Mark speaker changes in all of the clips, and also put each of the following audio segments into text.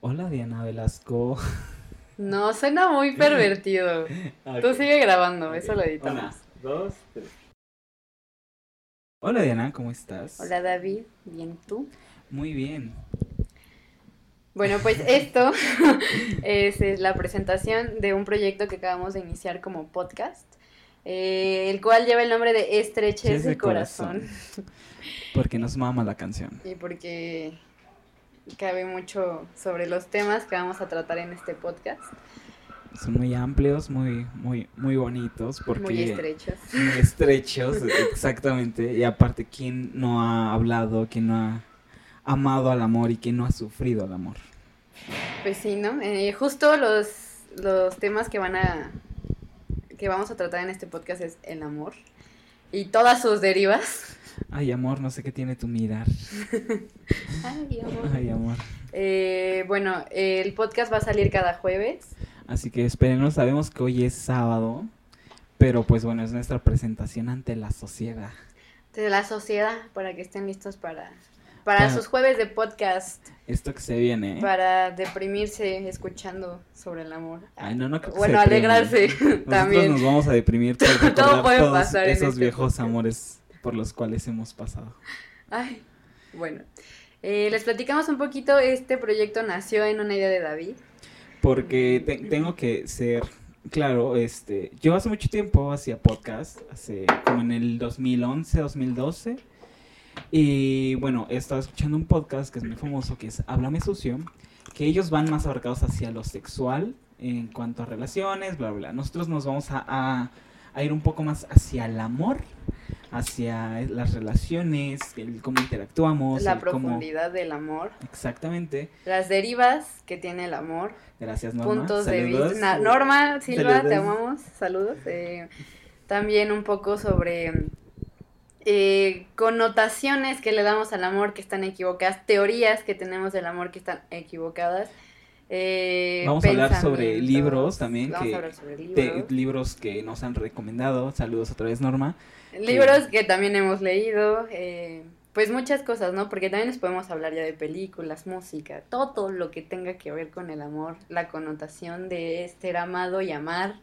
Speaker 1: Hola Diana Velasco.
Speaker 2: No, suena muy pervertido. Tú
Speaker 1: Ah, Ok,
Speaker 2: sigue grabando, eso
Speaker 1: ok.
Speaker 2: lo
Speaker 1: Una,
Speaker 2: editamos.
Speaker 1: dos, tres. Hola Diana, ¿cómo estás?
Speaker 2: Hola David, bien tú.
Speaker 1: Muy bien.
Speaker 2: Bueno, pues esto es, es la presentación de un proyecto que acabamos de iniciar como podcast, eh, el cual lleva el nombre de Estreches
Speaker 1: Desde
Speaker 2: de Corazón.
Speaker 1: Porque nos mama la canción.
Speaker 2: Y porque cabe mucho sobre los temas que vamos a tratar en este podcast,
Speaker 1: Son muy amplios, muy, muy, muy bonitos. Porque
Speaker 2: muy estrechos.
Speaker 1: muy estrechos, exactamente. Y aparte, ¿quién no ha hablado, quién no ha amado al amor y quién no ha sufrido al amor?
Speaker 2: Pues sí, ¿no? Eh, justo los, los temas que van a que vamos a tratar en este podcast es el amor y todas sus derivas.
Speaker 1: Ay, amor, no sé qué tiene tu mirar.
Speaker 2: Ay,
Speaker 1: Ay, amor.
Speaker 2: Eh, bueno, eh, el podcast va a salir cada jueves.
Speaker 1: Así que espérenos, sabemos que hoy es sábado, pero pues bueno, es nuestra presentación ante la sociedad.
Speaker 2: De la sociedad, para que estén listos para, para
Speaker 1: Para-
Speaker 2: sus jueves de podcast,
Speaker 1: Esto que se viene, ¿eh?
Speaker 2: para deprimirse escuchando sobre el amor.
Speaker 1: Ay, no, no creo que
Speaker 2: bueno,
Speaker 1: se depriman.
Speaker 2: alegrarse
Speaker 1: Nosotros
Speaker 2: también.
Speaker 1: nos vamos a deprimir por recordar
Speaker 2: puede
Speaker 1: todos
Speaker 2: pasar en
Speaker 1: esos
Speaker 2: este
Speaker 1: viejos
Speaker 2: podcast.
Speaker 1: amores por los cuales hemos pasado.
Speaker 2: Ay, bueno. Eh, les platicamos un poquito, este proyecto nació en una idea de David.
Speaker 1: Porque te- tengo que ser claro, este, yo hace mucho tiempo hacía podcast, hace como en el 2011, 2012. Y bueno, he estado escuchando un podcast que es muy famoso, que es Háblame Sucio, que ellos van más abarcados hacia lo sexual en cuanto a relaciones, bla, bla. bla. Nosotros nos vamos a, a- a ir un poco más hacia el amor, hacia las relaciones, el cómo interactuamos,
Speaker 2: la
Speaker 1: el cómo...
Speaker 2: profundidad del amor,
Speaker 1: Exactamente.
Speaker 2: las derivas que tiene el amor,
Speaker 1: Gracias, Norma.
Speaker 2: puntos de
Speaker 1: Saludos.
Speaker 2: vista. Na- Norma, Silva, te
Speaker 1: Saludos.
Speaker 2: amamos, saludos. Eh, también un poco sobre eh, connotaciones que le damos al amor que están equivocadas, teorías que tenemos del amor que están equivocadas. eh,
Speaker 1: Vamos a hablar sobre
Speaker 2: pensamientos.
Speaker 1: libros también,
Speaker 2: Vamos
Speaker 1: que
Speaker 2: a hablar sobre libros.
Speaker 1: de libros que nos han recomendado. Saludos otra vez, Norma.
Speaker 2: Libros que también hemos leído, eh, pues muchas cosas, ¿no? Porque también les podemos hablar ya de películas, música, todo lo que tenga que ver con el amor, la connotación de ser amado y amar,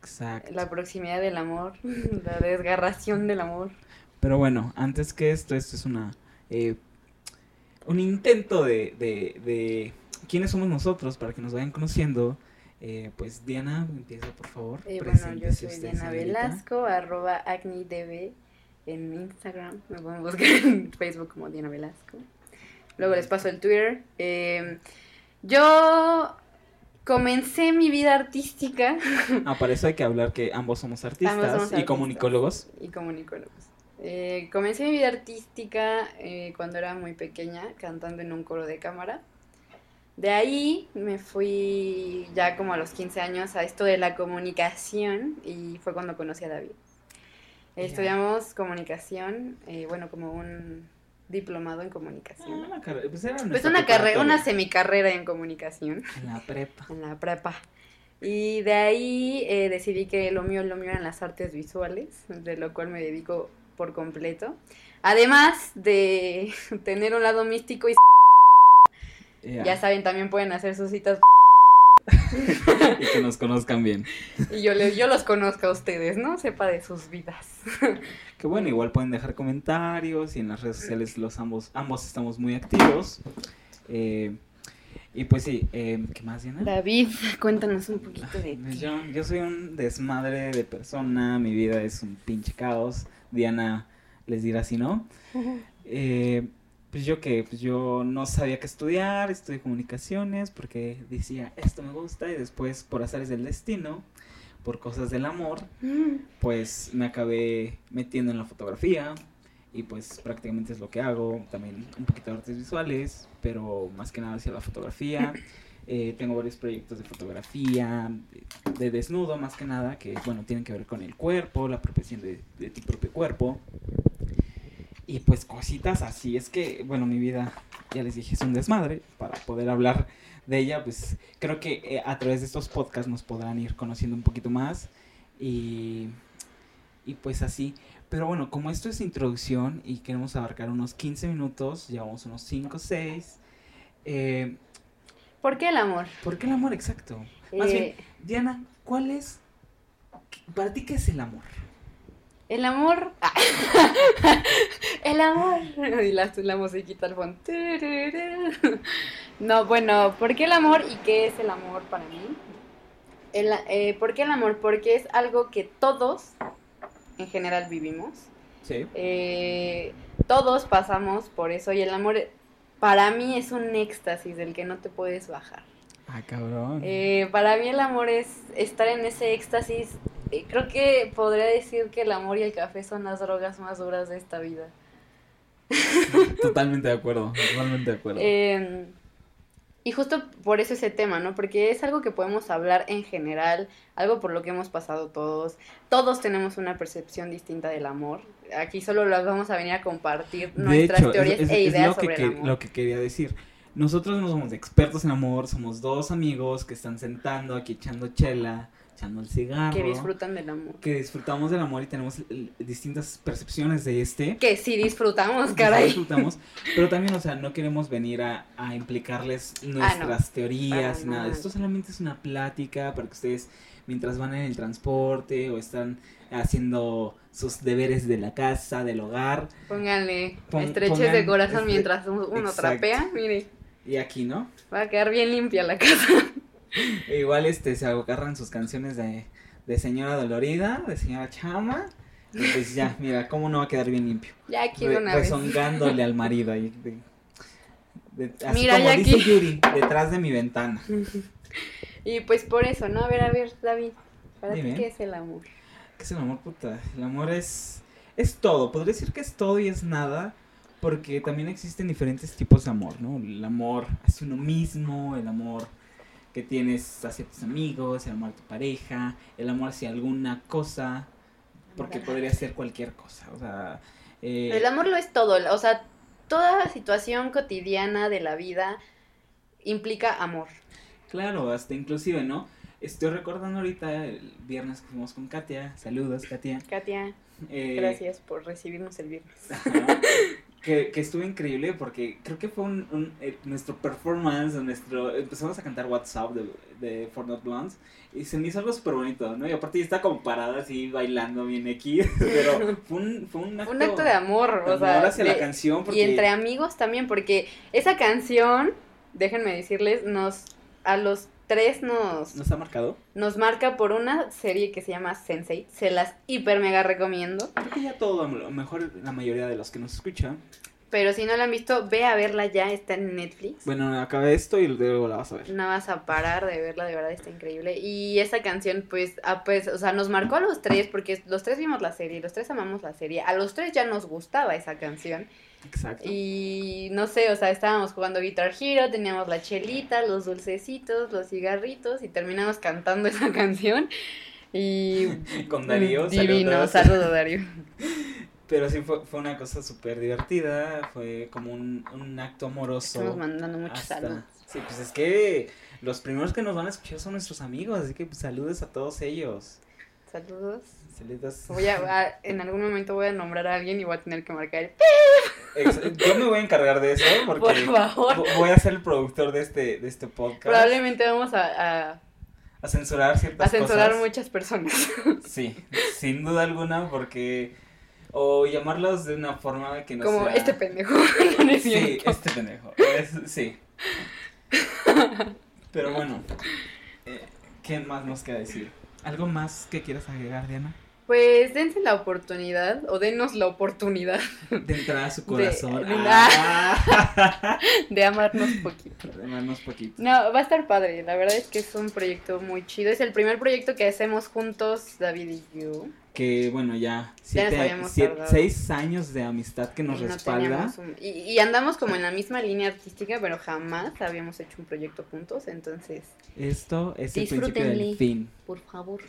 Speaker 1: Exacto.
Speaker 2: la proximidad del amor, la desgarración del amor.
Speaker 1: Pero bueno, antes que esto, esto es una eh, un intento de, de, de quiénes somos nosotros para que nos vayan conociendo. Eh, pues Diana, empieza por favor.
Speaker 2: Eh, bueno, yo
Speaker 1: Preséntese
Speaker 2: soy
Speaker 1: usted,
Speaker 2: Diana
Speaker 1: señorita.
Speaker 2: Velasco, arroba acnidb en Instagram. Me pueden buscar en Facebook como Diana Velasco. Luego les paso el Twitter. Eh, yo comencé mi vida artística
Speaker 1: Ah, para eso hay que hablar que ambos somos artistas
Speaker 2: Ambos somos
Speaker 1: y
Speaker 2: artistas.
Speaker 1: comunicólogos.
Speaker 2: y comunicólogos. Eh, comencé mi vida artística eh, cuando era muy pequeña, cantando en un coro de cámara. De ahí me fui ya como a los 15 años a esto de la comunicación y fue cuando conocí a David.
Speaker 1: Ya.
Speaker 2: Estudiamos comunicación, eh, bueno, como un diplomado en
Speaker 1: Ah,
Speaker 2: comunicación.
Speaker 1: una carre- pues era
Speaker 2: pues
Speaker 1: nuestra
Speaker 2: una carrera,
Speaker 1: preparatoria.
Speaker 2: una semicarrera en comunicación
Speaker 1: En la prepa.
Speaker 2: en la prepa. Y de ahí eh, decidí que lo mío, lo mío eran las artes visuales, de lo cual me dedico por completo. Además de tener un lado místico y
Speaker 1: Ya.
Speaker 2: ya saben, también pueden hacer sus citas
Speaker 1: Y que nos conozcan bien.
Speaker 2: y yo, le- yo los conozco a ustedes, ¿no? Sepa de sus vidas.
Speaker 1: Que bueno, igual pueden dejar comentarios y en las redes sociales los ambos, ambos estamos muy activos. Eh, y pues sí, eh, ¿qué más, Diana?
Speaker 2: David, cuéntanos un poquito de
Speaker 1: Pues
Speaker 2: ti.
Speaker 1: Yo, yo soy un desmadre de persona, mi vida es un pinche caos. Diana les dirá si no. Eh, pues yo que pues yo no sabía qué estudiar, estudié comunicaciones porque decía esto me gusta y después por azares del destino, por cosas del amor, pues me acabé metiendo en la fotografía y pues prácticamente es lo que hago, también un poquito de artes visuales, pero más que nada hacia la fotografía. Eh, tengo varios proyectos de fotografía, de desnudo más que nada, que bueno, tienen que ver con el cuerpo, la apropiación de, de tu propio cuerpo. Y pues cositas así, es que bueno, mi vida, ya les dije, es un desmadre, para poder hablar de ella, pues creo que eh, a través de estos podcasts nos podrán ir conociendo un poquito más. Y, y pues así. Pero bueno, como esto es introducción y queremos abarcar unos 15 minutos, llevamos unos 5 o 6.
Speaker 2: ¿Por qué el amor?
Speaker 1: eh, ¿Por qué el amor exacto? Más
Speaker 2: Eh,
Speaker 1: bien, Diana, ¿cuál es, para ti qué es el amor?
Speaker 2: El amor. Ah. el amor. Y la, la musiquita al fondo. Tururú. No, bueno, ¿por qué el amor y qué es el amor para mí? El, eh, ¿Por qué el amor? Porque es algo que todos en general vivimos.
Speaker 1: Sí.
Speaker 2: Eh, todos pasamos por eso y el amor para mí es un éxtasis del que no te puedes bajar.
Speaker 1: Ah, cabrón.
Speaker 2: Eh, para mí el amor es estar en ese éxtasis. Eh, creo que podría decir que el amor y el café son las drogas más duras de esta vida.
Speaker 1: Totalmente de acuerdo, totalmente de acuerdo.
Speaker 2: Eh, y justo por eso ese tema, ¿no? Porque es algo que podemos hablar en general, algo por lo que hemos pasado todos. Todos tenemos una percepción distinta del amor. Aquí solo las vamos a venir a compartir
Speaker 1: de
Speaker 2: nuestras
Speaker 1: hecho,
Speaker 2: teorías
Speaker 1: es, es-
Speaker 2: e
Speaker 1: es
Speaker 2: ideas
Speaker 1: lo, que,
Speaker 2: sobre
Speaker 1: que-
Speaker 2: el amor.
Speaker 1: lo que quería decir. Nosotros no somos expertos en amor, somos dos amigos que están sentando aquí echando chela, echando el cigarro.
Speaker 2: que disfrutan del amor.
Speaker 1: que disfrutamos del amor y tenemos eh, distintas percepciones de este.
Speaker 2: Que sí disfrutamos,
Speaker 1: que sí
Speaker 2: Ah, caray.
Speaker 1: disfrutamos, pero también, o sea, no queremos venir a, a implicarles nuestras teorías,
Speaker 2: Ah, Para
Speaker 1: y nada.
Speaker 2: nada.
Speaker 1: Esto solamente es una plática para que ustedes, mientras van en el transporte o están haciendo sus deberes de la casa, del hogar,
Speaker 2: Pónganle
Speaker 1: Pon-
Speaker 2: estreches de
Speaker 1: pongan
Speaker 2: corazón
Speaker 1: estre-
Speaker 2: mientras uno
Speaker 1: Exacto.
Speaker 2: trapea. Mire,
Speaker 1: y aquí, ¿no?
Speaker 2: va a quedar bien limpia la casa.
Speaker 1: E igual este se agarran sus canciones de, de señora dolorida, de señora chama, y pues ya, mira, cómo no va a quedar bien limpio.
Speaker 2: Ya aquí de
Speaker 1: Re-
Speaker 2: una vez.
Speaker 1: rezongándole al marido ahí. de- de- así
Speaker 2: Mira,
Speaker 1: como
Speaker 2: ya
Speaker 1: dice
Speaker 2: aquí.
Speaker 1: Yuri, detrás de mi ventana.
Speaker 2: Y pues por eso, ¿no? A ver, a ver, David. ¿Para ti
Speaker 1: Dime.
Speaker 2: qué es el amor?
Speaker 1: ¿Qué es el amor, puta? El amor es. Es todo. Podría decir que es todo y es nada. Porque también existen diferentes tipos de amor, ¿no? El amor hacia uno mismo, el amor que tienes hacia tus amigos, el amor a tu pareja, el amor hacia alguna cosa. Porque pues, podría ser cualquier cosa. O sea. eh,
Speaker 2: El amor lo es todo, o sea, toda situación cotidiana de la vida implica amor.
Speaker 1: Claro, hasta inclusive, ¿no? Estoy recordando ahorita el viernes que fuimos con Katia. Saludos, Katia.
Speaker 2: Katia,
Speaker 1: Eh,
Speaker 2: gracias por recibirnos el viernes.
Speaker 1: Ajá. Que, que estuvo increíble porque creo que fue un, un- eh, nuestro performance, o nuestro empezamos a cantar WhatsApp de, de For Not Blondes y se me hizo algo súper bonito, ¿no? Y aparte ya está como parada así bailando bien aquí, pero fue un, fue un acto,
Speaker 2: Un acto de amor, o sea,
Speaker 1: amor hacia la
Speaker 2: de-
Speaker 1: canción porque
Speaker 2: y entre amigos también, porque esa canción, déjenme decirles, nos a los tres nos,
Speaker 1: nos ha marcado.
Speaker 2: nos marca por una serie que se llama Sensei, se las hiper mega recomiendo.
Speaker 1: Creo que ya todo, a lo mejor la mayoría de los que nos escuchan.
Speaker 2: Pero si no la han visto, ve a verla ya, está en Netflix.
Speaker 1: Bueno, acabé esto y luego la vas a ver.
Speaker 2: No vas a parar de verla, de verdad está increíble. Y esa canción, pues, ah, pues, o sea, nos marcó a los tres, porque los tres vimos la serie, los tres amamos la serie, a los tres ya nos gustaba esa canción.
Speaker 1: Exacto.
Speaker 2: Y no sé, o sea, estábamos jugando Guitar Hero, teníamos la chelita, los dulcecitos, los cigarritos, y terminamos cantando esa canción. Y.
Speaker 1: Con Darío.
Speaker 2: Mm, Divino,
Speaker 1: saludos.
Speaker 2: saludo Darío.
Speaker 1: Pero sí fue, fue una cosa súper divertida, fue como un, un acto amoroso.
Speaker 2: Estamos mandando muchos
Speaker 1: hasta-
Speaker 2: saludos.
Speaker 1: Sí, pues es que los primeros que nos van a escuchar son nuestros amigos, así que pues, saludos a todos ellos.
Speaker 2: Saludos.
Speaker 1: Saludos.
Speaker 2: Voy a, a- en algún momento voy a nombrar a alguien y voy a tener que marcar el
Speaker 1: Ex- Yo me voy a encargar de eso porque
Speaker 2: Por favor.
Speaker 1: vo- voy a ser el productor de este, de este podcast.
Speaker 2: Probablemente vamos a, a-
Speaker 1: A censurar
Speaker 2: a
Speaker 1: ciertas
Speaker 2: censurar
Speaker 1: cosas.
Speaker 2: muchas personas.
Speaker 1: Sí, sin duda alguna porque... O llamarlos de una forma que no
Speaker 2: como
Speaker 1: sea...
Speaker 2: este pendejo. no, no es
Speaker 1: Sí,
Speaker 2: cierto.
Speaker 1: este pendejo. Es- sí. Pero bueno, eh, ¿qué más nos queda decir? ¿Algo más que quieras agregar, Diana?
Speaker 2: Pues dense la oportunidad, o denos la oportunidad
Speaker 1: De entrar a su corazón.
Speaker 2: de-
Speaker 1: Ah.
Speaker 2: de amarnos poquito.
Speaker 1: Además, poquito.
Speaker 2: No, va a estar padre. La verdad es que es un proyecto muy chido. Es el primer proyecto que hacemos juntos, David y yo.
Speaker 1: Que bueno, ya.
Speaker 2: Ya nos
Speaker 1: Siete,
Speaker 2: habíamos
Speaker 1: siete-
Speaker 2: tardado.
Speaker 1: seis años de amistad que nos
Speaker 2: Y no
Speaker 1: respalda.
Speaker 2: teníamos un- y, y andamos como en la misma línea artística, pero jamás habíamos hecho un proyecto juntos. Entonces,
Speaker 1: Esto es el principio
Speaker 2: Disfrútenle.
Speaker 1: del fin.
Speaker 2: por favor.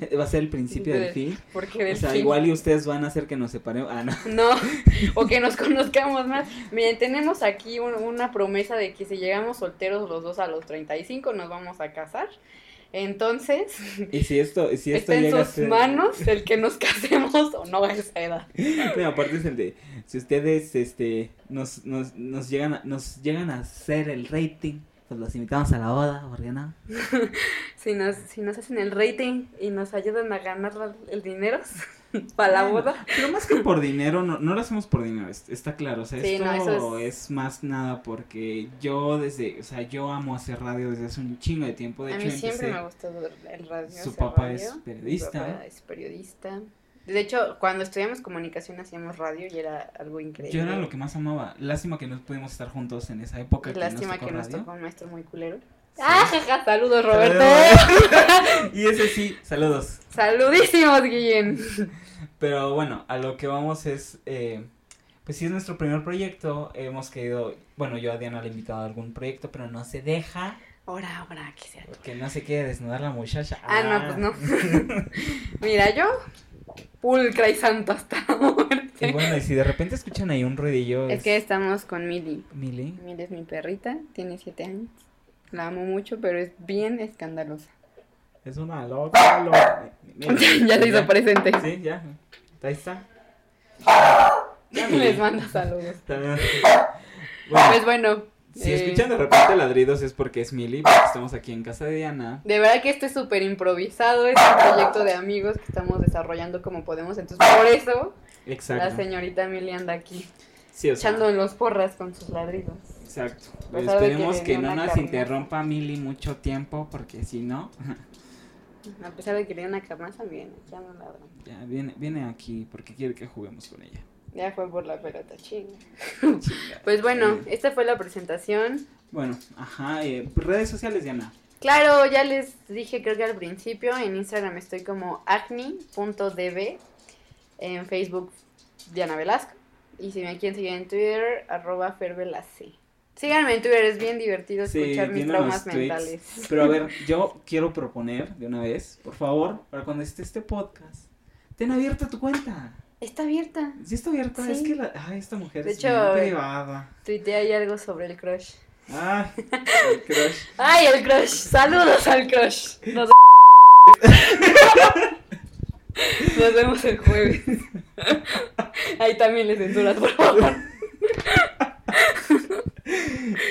Speaker 1: Eh, Va a ser el principio
Speaker 2: De-
Speaker 1: del fin.
Speaker 2: Porque
Speaker 1: O
Speaker 2: del
Speaker 1: sea,
Speaker 2: fin-
Speaker 1: igual y ustedes van a hacer que nos separemos. Ah, no.
Speaker 2: No, o que nos conozcamos más. Miren, tenemos aquí un- una promesa de que si llegamos solteros los dos a los 35 nos vamos a casar. Entonces,
Speaker 1: Y si esto, y si esto
Speaker 2: está en
Speaker 1: llega a
Speaker 2: sus
Speaker 1: ser-
Speaker 2: manos el que nos casemos o no a esa edad.
Speaker 1: No, aparte es el de, si ustedes este, nos, nos, nos, llegan a, nos llegan a hacer el rating pues los invitamos a la boda, ¿por qué no?
Speaker 2: si, nos, si nos hacen el rating y nos ayudan a ganar el dinero para la
Speaker 1: Bueno,
Speaker 2: boda.
Speaker 1: Pero más que por dinero, no, no lo hacemos por dinero, es- está claro. O sea,
Speaker 2: Sí,
Speaker 1: esto
Speaker 2: no, eso
Speaker 1: es... más nada porque yo desde, o sea, yo amo hacer radio desde hace un chingo de tiempo. De
Speaker 2: a
Speaker 1: hecho,
Speaker 2: mí siempre
Speaker 1: empecé-
Speaker 2: me gustó el radio.
Speaker 1: Su
Speaker 2: hacer
Speaker 1: papá
Speaker 2: radio.
Speaker 1: es
Speaker 2: Mi
Speaker 1: periodista.
Speaker 2: papá es periodista. De hecho, cuando estudiamos comunicación hacíamos radio y era algo increíble.
Speaker 1: Yo era lo que más amaba. Lástima que no pudimos estar juntos en esa época. que nos
Speaker 2: Lástima
Speaker 1: tocó
Speaker 2: que nos
Speaker 1: radio.
Speaker 2: tocó un maestro muy culero.
Speaker 1: Sí.
Speaker 2: ¡Ah, jaja! Saludos, Roberto.
Speaker 1: Saludos. y ese sí, saludos.
Speaker 2: Saludísimos, Guillén.
Speaker 1: Pero bueno, a lo que vamos es, eh, pues si es nuestro primer proyecto, hemos querido, bueno, yo a Diana le he invitado a algún proyecto, pero no se deja,
Speaker 2: Ahora, ahora, que sea.
Speaker 1: porque no se quiere desnudar la muchacha.
Speaker 2: Ah, no, pues no. Mira, yo pulcra y santa hasta la muerte.
Speaker 1: Y bueno, y si de repente escuchan ahí un ruidillo,
Speaker 2: Es que estamos con Mili.
Speaker 1: Mili,
Speaker 2: Mili es mi perrita, tiene siete años. La amo mucho, pero es bien escandalosa.
Speaker 1: es una loca, loca.
Speaker 2: ya se hizo presente.
Speaker 1: Sí, ya, ahí está. Ya, Mili.
Speaker 2: Les manda saludos.
Speaker 1: También- Bueno,
Speaker 2: Pues bueno.
Speaker 1: si
Speaker 2: eh,
Speaker 1: escuchan de repente ladridos es porque es Mili, porque estamos aquí en casa de Diana.
Speaker 2: De verdad que esto es súper improvisado, es un proyecto de amigos que estamos desarrollando como podemos, entonces por eso la
Speaker 1: Exacto.
Speaker 2: señorita Mili anda aquí
Speaker 1: Sí, o sea,
Speaker 2: echando en los porras con sus ladridos.
Speaker 1: Exacto.
Speaker 2: pesar de
Speaker 1: Esperemos
Speaker 2: Pues que
Speaker 1: que
Speaker 2: venga
Speaker 1: no
Speaker 2: una
Speaker 1: nos
Speaker 2: carne.
Speaker 1: interrumpa Mili mucho tiempo, porque si no,
Speaker 2: A pesar de que le dio una carnaza, miren, ya no ladran.
Speaker 1: ya viene, viene aquí porque quiere que juguemos con ella.
Speaker 2: Ya fue por la pelota, chinga.
Speaker 1: Chinga.
Speaker 2: Pues bueno,
Speaker 1: Sí.
Speaker 2: esta fue la presentación.
Speaker 1: Bueno, ajá, eh, redes sociales, Diana.
Speaker 2: Claro, ya les dije creo que al principio, en Instagram estoy como acni.db, en Facebook Diana Velasco, y si me quieren seguir en Twitter, arroba fervelacé. Síganme en Twitter, es bien divertido
Speaker 1: Sí,
Speaker 2: escuchar mis
Speaker 1: viendo
Speaker 2: traumas
Speaker 1: los tweets.
Speaker 2: mentales.
Speaker 1: Pero a ver, yo quiero proponer de una vez, por favor, para cuando esté este podcast, ten abierta tu cuenta.
Speaker 2: Está abierta.
Speaker 1: Si está abierta,
Speaker 2: Sí.
Speaker 1: es que la, ay, esta mujer
Speaker 2: De
Speaker 1: es
Speaker 2: hecho,
Speaker 1: bien
Speaker 2: eh,
Speaker 1: privada. Ah,
Speaker 2: Tuiteé ahí algo sobre el crush.
Speaker 1: Ay, el crush.
Speaker 2: ¡Ay, el crush! ¡Saludos al crush! Nos, Nos vemos el jueves. Ahí también les censuras, por favor.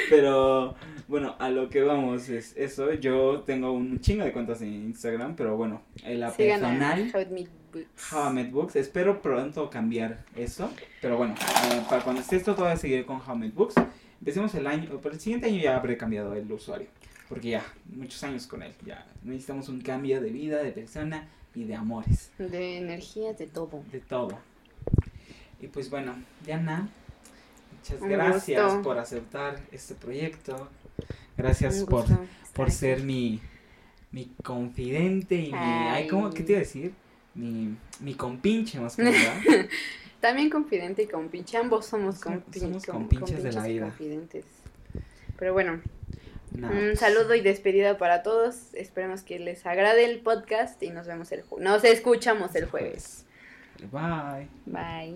Speaker 1: Pero bueno, a lo que vamos es eso. Yo tengo un chingo de cuentas en Instagram, pero bueno, eh, la
Speaker 2: Sigan a
Speaker 1: personal,
Speaker 2: How It Meet Boots.
Speaker 1: Java Books. Espero pronto cambiar eso. Pero bueno, eh, para cuando esté esto, todavía seguiré con Java Books. Empecemos el año, para el siguiente año ya habré cambiado el usuario. Porque ya, muchos años con él. Ya necesitamos un cambio de vida, de persona y de amores.
Speaker 2: De energías de todo.
Speaker 1: De todo. Y pues bueno, Diana, muchas
Speaker 2: Un
Speaker 1: gracias
Speaker 2: gusto.
Speaker 1: por aceptar este proyecto. Gracias
Speaker 2: Un
Speaker 1: por,
Speaker 2: gusto estar
Speaker 1: por
Speaker 2: aquí.
Speaker 1: ser mi, mi confidente y mi... Ay,
Speaker 2: Ay.
Speaker 1: ¿cómo, ¿Qué te iba a decir? Mi, mi compinche más que nada. Sí,
Speaker 2: También confidente y compinche. Ambos somos,
Speaker 1: Somos-
Speaker 2: compi-
Speaker 1: somos
Speaker 2: com-
Speaker 1: compinches de la
Speaker 2: y
Speaker 1: vida.
Speaker 2: confidentes. Pero bueno,
Speaker 1: nada,
Speaker 2: un
Speaker 1: pues,
Speaker 2: saludo y despedida para todos. Esperemos que les agrade el podcast y nos vemos el jueves. Nos escuchamos el jueves.
Speaker 1: Pues, Bye.
Speaker 2: Bye.